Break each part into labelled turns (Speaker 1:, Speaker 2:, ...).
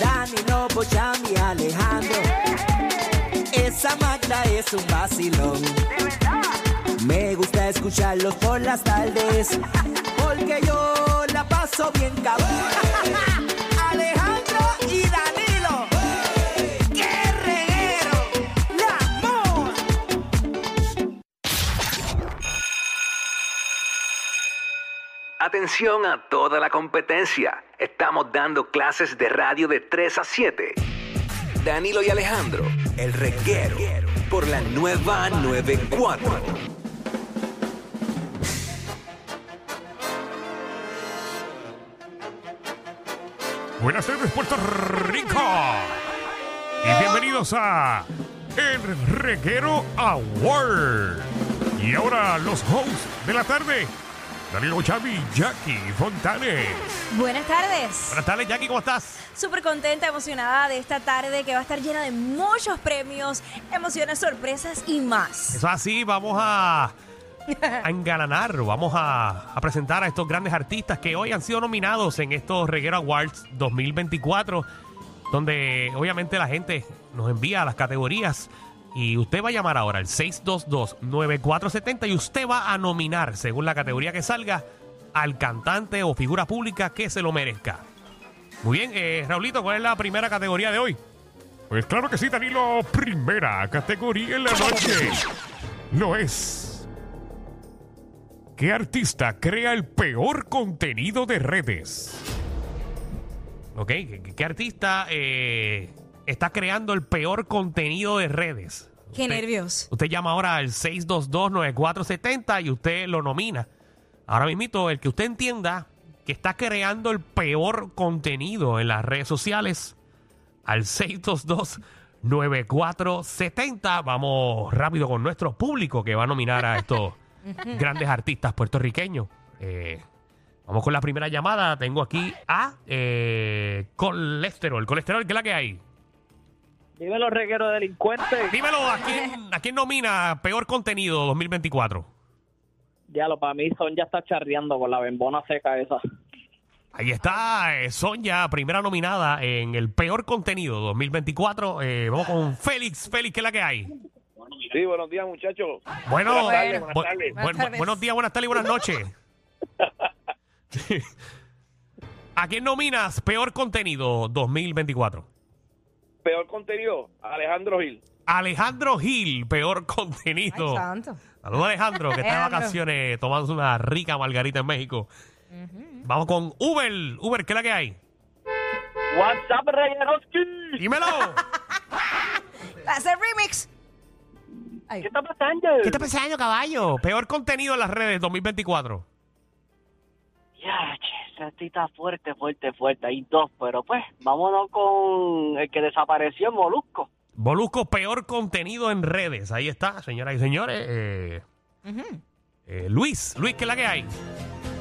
Speaker 1: Danilo Bochami Alejandro. Esa Magda es un vacilón. Me gusta escucharlos por las tardes. Porque yo la paso bien cabrón. Alejandro y Danilo. ¡Qué reguero! ¡La moa!
Speaker 2: Atención a toda la competencia. Estamos dando clases de radio de 3 a 7. Danilo y Alejandro, el reguero, por la nueva 94.
Speaker 3: Buenas tardes, Puerto Rico. Y bienvenidos a El Reguero Award. Y ahora los hosts de la tarde. Danilo Chavi, Jackie Fontanes.
Speaker 4: Buenas tardes.
Speaker 3: Buenas tardes, Jackie, ¿cómo estás?
Speaker 4: Súper contenta, emocionada de esta tarde que va a estar llena de muchos premios, emociones, sorpresas y más.
Speaker 5: Eso es así, vamos a, a engalanar, vamos a, a presentar a estos grandes artistas que hoy han sido nominados en estos Reguero Awards 2024, donde obviamente la gente nos envía a las categorías y usted va a llamar ahora al 622-9470 y usted va a nominar, según la categoría que salga, al cantante o figura pública que se lo merezca. Muy bien, eh, Raulito, ¿cuál es la primera categoría de hoy?
Speaker 3: Pues claro que sí, Danilo. Primera categoría en la noche. Lo es. ¿Qué artista crea el peor contenido de redes?
Speaker 5: ¿Ok? ¿Qué, qué- qué artista eh, está creando el peor contenido de redes?
Speaker 4: Qué
Speaker 5: Usted-
Speaker 4: nervios.
Speaker 5: Usted llama ahora al 622-9470 y usted lo nomina. Ahora mismito, el que usted entienda que está creando el peor contenido en las redes sociales, al 622-9470. Vamos rápido con nuestro público que va a nominar a estos grandes artistas puertorriqueños. Eh, vamos con la primera llamada. Tengo aquí a eh, Colesterol. Colesterol, ¿qué es la que hay?
Speaker 6: Dime los regueros delincuentes.
Speaker 5: Dímelo, ¿a quién, ¿a quién nomina peor contenido 2024?
Speaker 6: Ya lo para mí son ya está charreando con la bembona seca esa.
Speaker 5: Ahí está, eh, Sonia, primera nominada en el peor contenido 2024. Eh, vamos con Félix. Félix, ¿qué es la que hay?
Speaker 7: Sí, buenos días, muchachos.
Speaker 5: Bueno,
Speaker 7: Buenas tardes,
Speaker 5: bu-
Speaker 7: buenas tardes.
Speaker 5: bu- bu- buenos días, buenas tardes y buenas noches. ¿A quién nominas peor contenido 2024?
Speaker 7: Peor contenido, Alejandro Gil.
Speaker 5: Alejandro Gil, peor contenido.
Speaker 4: santo.
Speaker 5: Saludos Alejandro, que está de
Speaker 4: Alejandro.
Speaker 5: vacaciones tomándose una rica margarita en México. Vamos con Uber. Uber, ¿qué es la que hay?
Speaker 6: WhatsApp regueroski.
Speaker 5: Dímelo.
Speaker 4: Va a ser remix.
Speaker 6: ¿Qué está pasando?
Speaker 5: ¿Qué te pensás, año caballo? Peor contenido en las redes 2024.
Speaker 6: Ya, che, esa sí está fuerte, fuerte, fuerte. Hay dos, pero pues vámonos con el que desapareció en Molusco.
Speaker 5: Molusco, peor contenido en redes. Ahí está, señoras y señores. eh, eh, Luis, Luis, ¿qué es la que hay?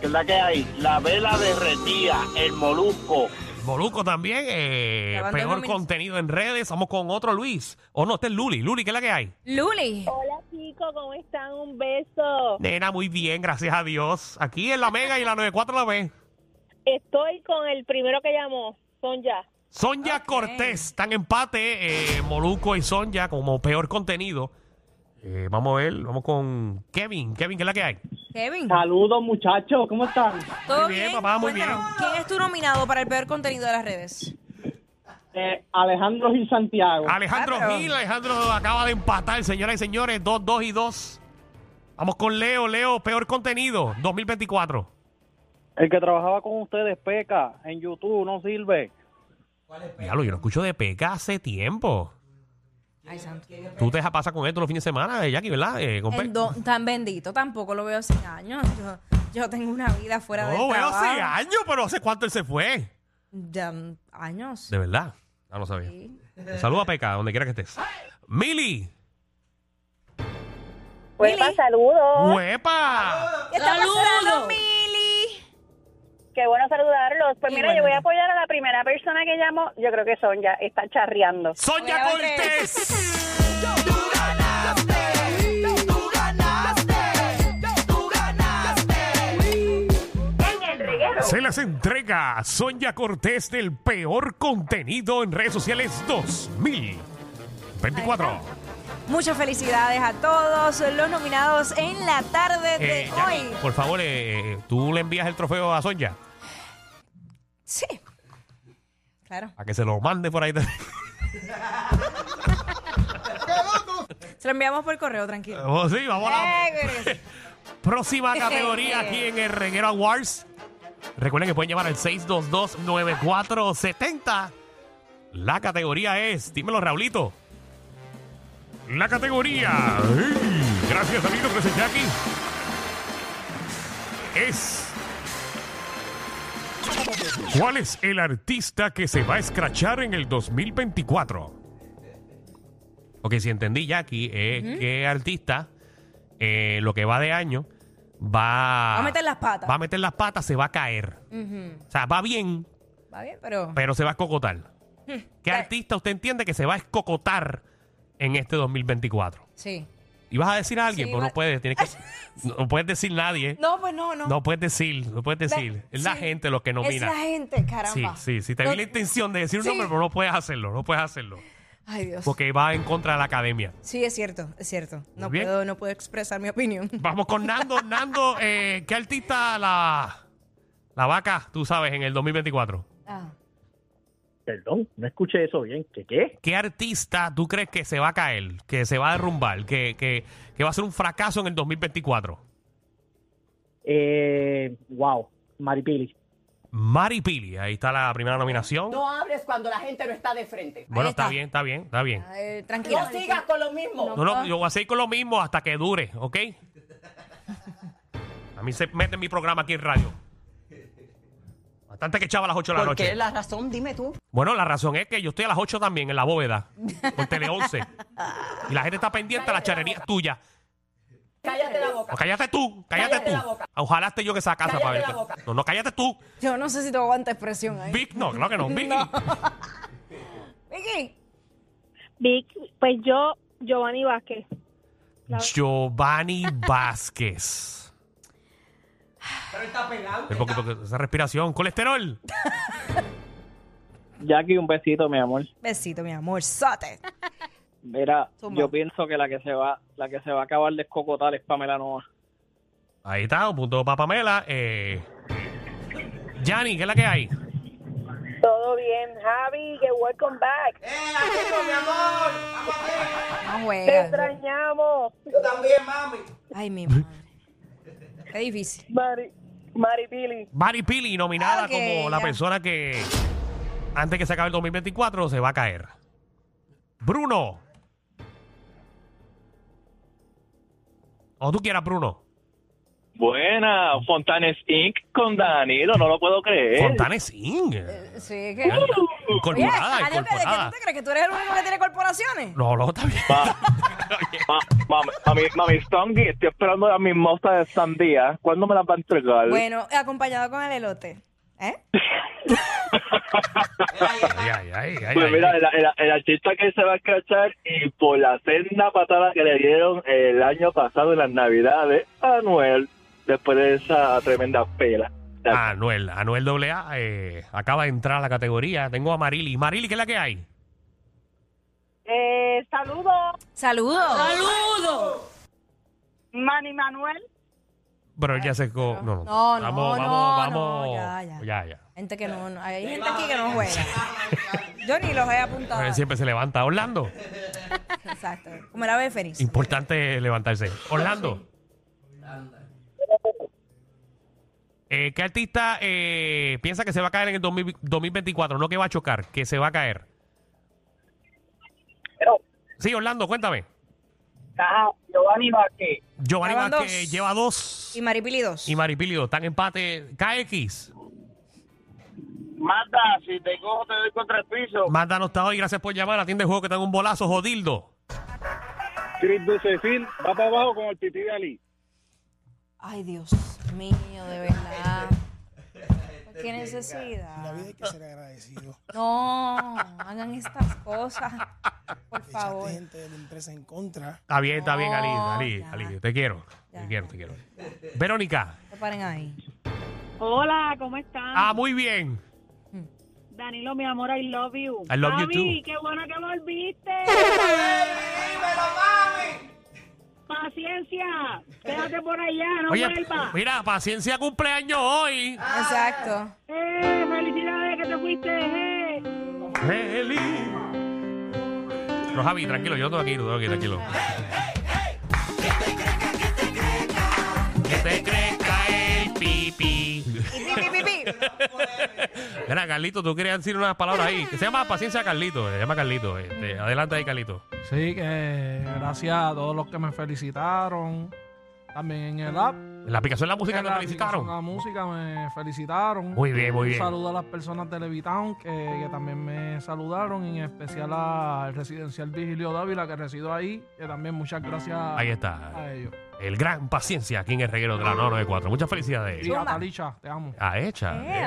Speaker 6: ¿Qué es la que hay? La vela derretida, el Molusco.
Speaker 5: Molusco también, eh,
Speaker 4: Te abandono
Speaker 5: peor
Speaker 4: un minuto.
Speaker 5: contenido en redes. Vamos con otro Luis. O no, este es Luli. Luli, ¿qué es la que hay?
Speaker 4: Luli.
Speaker 8: Hola chicos, ¿cómo están? Un beso.
Speaker 5: Nena, muy bien, gracias a Dios. Aquí en la Mega y en la 94 la ve.
Speaker 8: Estoy con el primero que llamó, Sonja.
Speaker 5: Sonja Cortés, están empate, eh, Molusco y Sonja como peor contenido. Eh, vamos a ver, vamos con Kevin. Kevin, ¿qué es la que hay?
Speaker 4: Kevin.
Speaker 6: Saludos, muchachos, ¿cómo están?
Speaker 4: ¿Todo
Speaker 5: Muy bien,
Speaker 4: bien?
Speaker 5: papá, muy
Speaker 4: Cuéntanos,
Speaker 5: bien.
Speaker 4: ¿Quién es tu nominado para el peor contenido de las redes?
Speaker 6: Eh, Alejandro Gil Santiago.
Speaker 5: Alejandro
Speaker 4: Ah, pero-
Speaker 5: Gil, Alejandro acaba de empatar, señoras y señores, 2, 2 y 2. Vamos con Leo, Leo, peor contenido, 2024.
Speaker 6: El que trabajaba con ustedes, Peca, en YouTube, no sirve.
Speaker 5: Diablo, yo no escucho de Peca hace tiempo.
Speaker 4: Ay, santo.
Speaker 5: Tú te dejas pasar con esto los fines de semana, eh, Jackie, ¿verdad? Eh, con Pe-
Speaker 4: En do- tan bendito, tampoco lo veo hace años. Yo- Yo tengo una vida fuera de
Speaker 5: Oh, bueno,
Speaker 4: trabajo.
Speaker 5: hace años, pero ¿hace cuánto él se fue?
Speaker 4: Ya, mm, años.
Speaker 5: De verdad. Ah, no sabía.
Speaker 4: Sí.
Speaker 5: Saluda a Peca, donde quiera que estés. Mili.
Speaker 8: Huepa, Pues saludos.
Speaker 5: ¡Huepa!
Speaker 4: ¿Qué está
Speaker 8: Saludos.
Speaker 4: pasando, Mili?
Speaker 8: Qué bueno saludarlos. Pues mira, yo voy
Speaker 4: Igualmente.
Speaker 8: a apoyar a la primera persona que llamó. Yo creo que son ya está charreando.
Speaker 5: ¡Sonia
Speaker 4: Hueva
Speaker 5: Cortés!
Speaker 3: Se las entrega Sonia Cortés del peor contenido en redes sociales 2024.
Speaker 4: Muchas felicidades a todos los nominados en la tarde de
Speaker 5: Eh,
Speaker 4: hoy.
Speaker 5: Jackie, por favor, eh, tú le envías el trofeo a Sonia
Speaker 4: Sí. Claro.
Speaker 5: a que se lo mande por ahí.
Speaker 4: Se lo enviamos por correo, tranquilo.
Speaker 5: Oh, sí, vamos a
Speaker 4: Eh, güey.
Speaker 5: la próxima categoría aquí en el Reguero Awards. Recuerden que pueden llamar al 622-9470. La categoría es, dímelo, Raulito.
Speaker 3: La categoría. ¡Ey! Gracias, amigo, gracias, Jackie. Es. ¿Cuál es el artista que se va a escrachar en el 2024?
Speaker 5: Ok, si entendí, Jackie, eh, ¿qué artista eh, lo que va de año va,
Speaker 4: Va a meter las patas.
Speaker 5: va a meter las patas, se va a caer? O sea, va bien,
Speaker 4: Va bien, pero.
Speaker 5: pero se va a escocotar.
Speaker 4: Hmm.
Speaker 5: ¿Qué artista usted entiende que se va a escocotar en este 2024?
Speaker 4: Sí.
Speaker 5: ¿Y vas a decir a alguien?
Speaker 4: Sí,
Speaker 5: pero
Speaker 4: va-
Speaker 5: no puedes, tienes que, no puedes decir nadie.
Speaker 4: No, pues no, no.
Speaker 5: No puedes decir, no puedes decir. es la
Speaker 4: Sí.
Speaker 5: gente lo que
Speaker 4: Es la
Speaker 5: nomina.
Speaker 4: gente, caramba.
Speaker 5: Sí, sí, sí. Te
Speaker 4: No-
Speaker 5: vi la intención de decir un
Speaker 4: Sí.
Speaker 5: nombre, pero no puedes hacerlo, no puedes hacerlo.
Speaker 4: Ay, Dios.
Speaker 5: Porque va en contra de la academia.
Speaker 4: Sí, es cierto, es cierto. No
Speaker 5: bien.
Speaker 4: puedo, no puedo expresar mi opinión.
Speaker 5: Vamos con Nando. Nando, eh, ¿qué artista la, la vaca, tú sabes, en el 2024?
Speaker 4: Ah.
Speaker 9: Perdón, no escuché eso bien. ¿Qué qué?
Speaker 5: ¿Qué artista tú crees que se va a caer, que se va a derrumbar, que, que, que va a ser un fracaso en el 2024?
Speaker 9: Eh, wow, Maripili.
Speaker 5: Mari Pili, ahí está la primera nominación.
Speaker 10: No hables cuando la gente no está de frente.
Speaker 5: bueno,
Speaker 4: ahí
Speaker 5: está.
Speaker 4: está.
Speaker 5: bien, está bien, está bien.
Speaker 4: Eh, tranquila.
Speaker 10: No sigas con lo mismo.
Speaker 5: No, no, yo voy a seguir con lo mismo hasta que dure, ¿ok? A mí se mete en mi programa aquí en radio. Bastante que echaba a las 8 de la
Speaker 10: ¿Por
Speaker 5: noche.
Speaker 10: qué la razón? Dime tú.
Speaker 5: Bueno, la razón es que yo estoy a las 8 también en la bóveda, por Tele 11. y la gente está pendiente a las charrerías tuyas.
Speaker 10: Cállate la boca.
Speaker 5: No, cállate tú, cállate,
Speaker 10: Cállate la
Speaker 5: tú.
Speaker 10: boca.
Speaker 5: Ojalá esté yo en esa casa
Speaker 10: Cállate
Speaker 5: para
Speaker 10: la boca.
Speaker 5: verte. No, no, cállate tú.
Speaker 4: Yo no sé si te aguanta expresión ahí.
Speaker 5: Vic, no, claro que no. Vicky.
Speaker 4: Vicky.
Speaker 8: Vic, pues yo, Giovanni Vázquez.
Speaker 5: Giovanni Vázquez. Pero está pegado. esa respiración, colesterol.
Speaker 7: Jackie, un besito, mi amor.
Speaker 4: Besito, mi amor. Sote.
Speaker 7: Mira,
Speaker 4: Zumba.
Speaker 7: yo pienso que la que se va, la que se va a acabar de escocotar es Pamela Noa.
Speaker 5: Ahí está, un punto para Pamela. Eh. Yanni, ¿qué es la que hay?
Speaker 8: Todo bien, Javi, que welcome back.
Speaker 4: No
Speaker 8: Te
Speaker 4: juegas.
Speaker 8: extrañamos.
Speaker 4: Ay, mi madre. Qué difícil.
Speaker 8: Mari, Maripili.
Speaker 5: Mari Pili, nominada
Speaker 4: Ah, ok,
Speaker 5: como la
Speaker 4: ya.
Speaker 5: persona que antes que se acabe el 2024 se va a caer. Bruno. O tú quieras, Bruno.
Speaker 7: Buena, Fontanes Inc. con Danilo, no lo puedo creer.
Speaker 5: Fontanes Singh.
Speaker 4: Sí, que. Oye,
Speaker 5: Incorporada,
Speaker 4: adiós, ¿de qué
Speaker 5: incorporada.
Speaker 4: tú te crees? ¿Que tú eres el único que tiene corporaciones?
Speaker 5: No, no, está bien.
Speaker 7: Ma- mami, mami, mami Stonky, estoy esperando a mis mosas de sandía. ¿Cuándo me las va a entregar?
Speaker 4: Bueno, acompañado con el elote. ¿Eh?
Speaker 5: Ay, ay, ay, ay,
Speaker 7: Pues
Speaker 5: ay.
Speaker 7: mira, el, el- el artista que se va a escrachar y por la senda patada que le dieron el año pasado en las navidades a Noel, después de esa tremenda pela.
Speaker 11: Ah.
Speaker 5: Anuel, Anuel AA eh, acaba de entrar a la categoría. Tengo a Marili. Marili, ¿qué es la que hay?
Speaker 8: Eh, saludos,
Speaker 4: Saludos.
Speaker 10: ¡Saludo!
Speaker 8: Manny Manuel.
Speaker 5: Pero él ya se... co- No, no,
Speaker 4: No, no,
Speaker 5: vamos,
Speaker 4: no,
Speaker 5: vamos,
Speaker 4: no,
Speaker 5: vamos.
Speaker 4: ya, ya.
Speaker 5: ya, ya.
Speaker 4: Gente que no, no- Hay gente aquí que no juega. Yo ni los he apuntado.
Speaker 5: A ver, siempre se levanta. Orlando.
Speaker 4: Exacto. Como era Beferis.
Speaker 5: Importante levantarse. Orlando. Eh, ¿Qué artista eh, piensa que se va a caer en el 2000 2024? No que va a chocar, que se va a caer. Sí, Orlando, cuéntame.
Speaker 6: Está Giovanni Vázquez.
Speaker 5: Giovanni
Speaker 4: Llevan
Speaker 5: Vázquez
Speaker 4: dos.
Speaker 5: lleva dos
Speaker 4: Y Maripili dos.
Speaker 5: y Maripilio están empate. KX,
Speaker 6: Mata, si te cojo te doy contra el piso.
Speaker 5: Manda no está hoy, gracias por llamar. Atiende el juego que tengo un bolazo, Jodildo.
Speaker 7: Chris Ducefil va para abajo con el Titi de Ali.
Speaker 4: Ay, Dios mío, de verdad. Qué necesidad.
Speaker 12: La vida hay que ser agradecido.
Speaker 4: No, hagan estas cosas. Por favor.
Speaker 12: Echaste gente de la empresa en contra.
Speaker 5: Está bien, está bien, Ali,
Speaker 4: No,
Speaker 5: Ali, Ali, te quiero. Te quiero, te quiero. Verónica.
Speaker 4: Paren ahí.
Speaker 8: Hola, ¿cómo están?
Speaker 5: Ah, muy bien.
Speaker 8: Danilo, mi amor, I love you.
Speaker 5: I love you
Speaker 8: Mami, qué bueno que volviste. Paciencia, quédate por allá, no
Speaker 5: Oye,
Speaker 8: vuelvas.
Speaker 5: mira, paciencia cumpleaños hoy.
Speaker 4: Exacto.
Speaker 8: Eh, felicidades que te fuiste. eh.
Speaker 5: Eli. No, Javi, tranquilo, yo estoy aquí, yo estoy aquí, tranquilo. Que te crezca el pipí. Mira, Carlito, tú querías decir unas palabras ahí. Que se llama paciencia Carlito, se llama Carlito. este, adelante ahí, Carlito.
Speaker 11: Sí, que gracias a todos los que me felicitaron. También en el app.
Speaker 5: En la aplicación de la música
Speaker 11: En
Speaker 5: te
Speaker 11: la
Speaker 5: felicitaron.
Speaker 11: aplicación de La música me felicitaron.
Speaker 5: Muy bien, muy bien.
Speaker 11: Un saludo a las personas de Levitown que, que también me saludaron. En especial al residencial Vigilio Dávila que resido ahí. Que también muchas gracias
Speaker 5: Ahí está.
Speaker 11: a ellos.
Speaker 5: El gran paciencia aquí en el reguero de la 994. Muchas felicidades.
Speaker 11: Y a Talicha, te amo.
Speaker 5: Ah, hecha. Eh.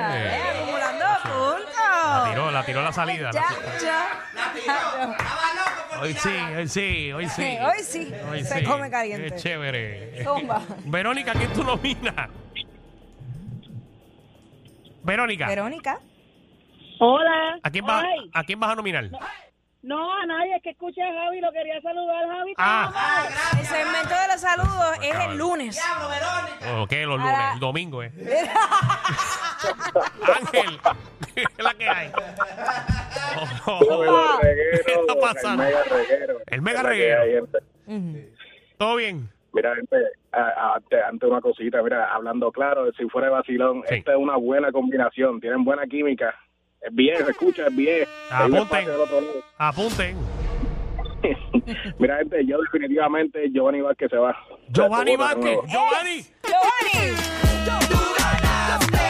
Speaker 4: Acumulando
Speaker 5: La
Speaker 4: puntos.
Speaker 5: tiró, la tiró a la salida.
Speaker 4: Ya,
Speaker 5: La-
Speaker 4: ya.
Speaker 5: Hoy sí, hoy sí, hoy sí.
Speaker 4: Eh, Hoy sí, se come caliente.
Speaker 5: Qué chévere.
Speaker 4: Zumba.
Speaker 5: Verónica, ¿quién tú nominas? Verónica,
Speaker 4: Verónica.
Speaker 8: Hola.
Speaker 5: ¿a quién, vas,
Speaker 8: Ay,
Speaker 5: ¿a quién vas a nominar?
Speaker 8: No, a nadie, es que escuché a Javi, lo quería saludar, Javi.
Speaker 5: Ah,
Speaker 4: El segmento de los saludos es el lunes.
Speaker 5: ok, los lunes, el domingo, ¿eh? Ángel, ¿qué es la que hay? Oh,
Speaker 7: Reguero,
Speaker 5: ¿Qué está pasando?
Speaker 7: El
Speaker 5: El mega
Speaker 7: mega reguero. Es la que
Speaker 5: reguero.
Speaker 7: hay, gente.
Speaker 5: ¿Todo bien?
Speaker 7: Mira, gente, a- a- ante, ante una cosita, mira, hablando claro, si fuera de vacilón, esta es una buena combinación, tienen buena química. Es bien, se escucha, es bien. Hay un
Speaker 5: Ah, Apunten.
Speaker 7: espacio del otro lado.
Speaker 5: Apunten.
Speaker 7: Mira, gente, yo definitivamente Giovanni Vázquez se va.
Speaker 5: Giovanni
Speaker 7: Voto de
Speaker 5: Vázquez,
Speaker 7: nuevo.
Speaker 5: Giovanni.
Speaker 4: Giovanni. Tú ganaste.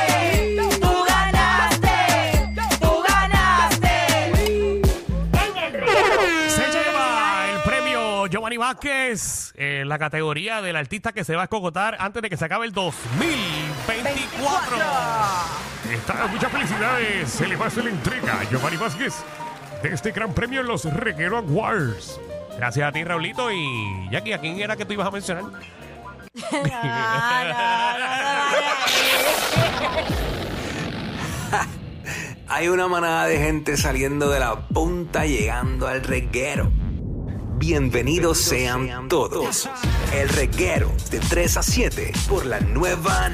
Speaker 4: Tú ganaste. En el
Speaker 5: Se lleva el premio Giovanni Vázquez en la categoría del artista que se va a escogotar antes de que se acabe el 2024.
Speaker 3: Está, muchas felicidades. Se le va a hacer la entrega a Giovanni Vázquez de este gran premio en los Reguero Awards.
Speaker 5: Gracias a ti, Raulito. Y Jackie, ¿a quién era que tú ibas a mencionar?
Speaker 2: Hay una manada de gente saliendo de la punta llegando al reguero. Bienvenidos sean todos. El reguero de 3 a 7 por la nueva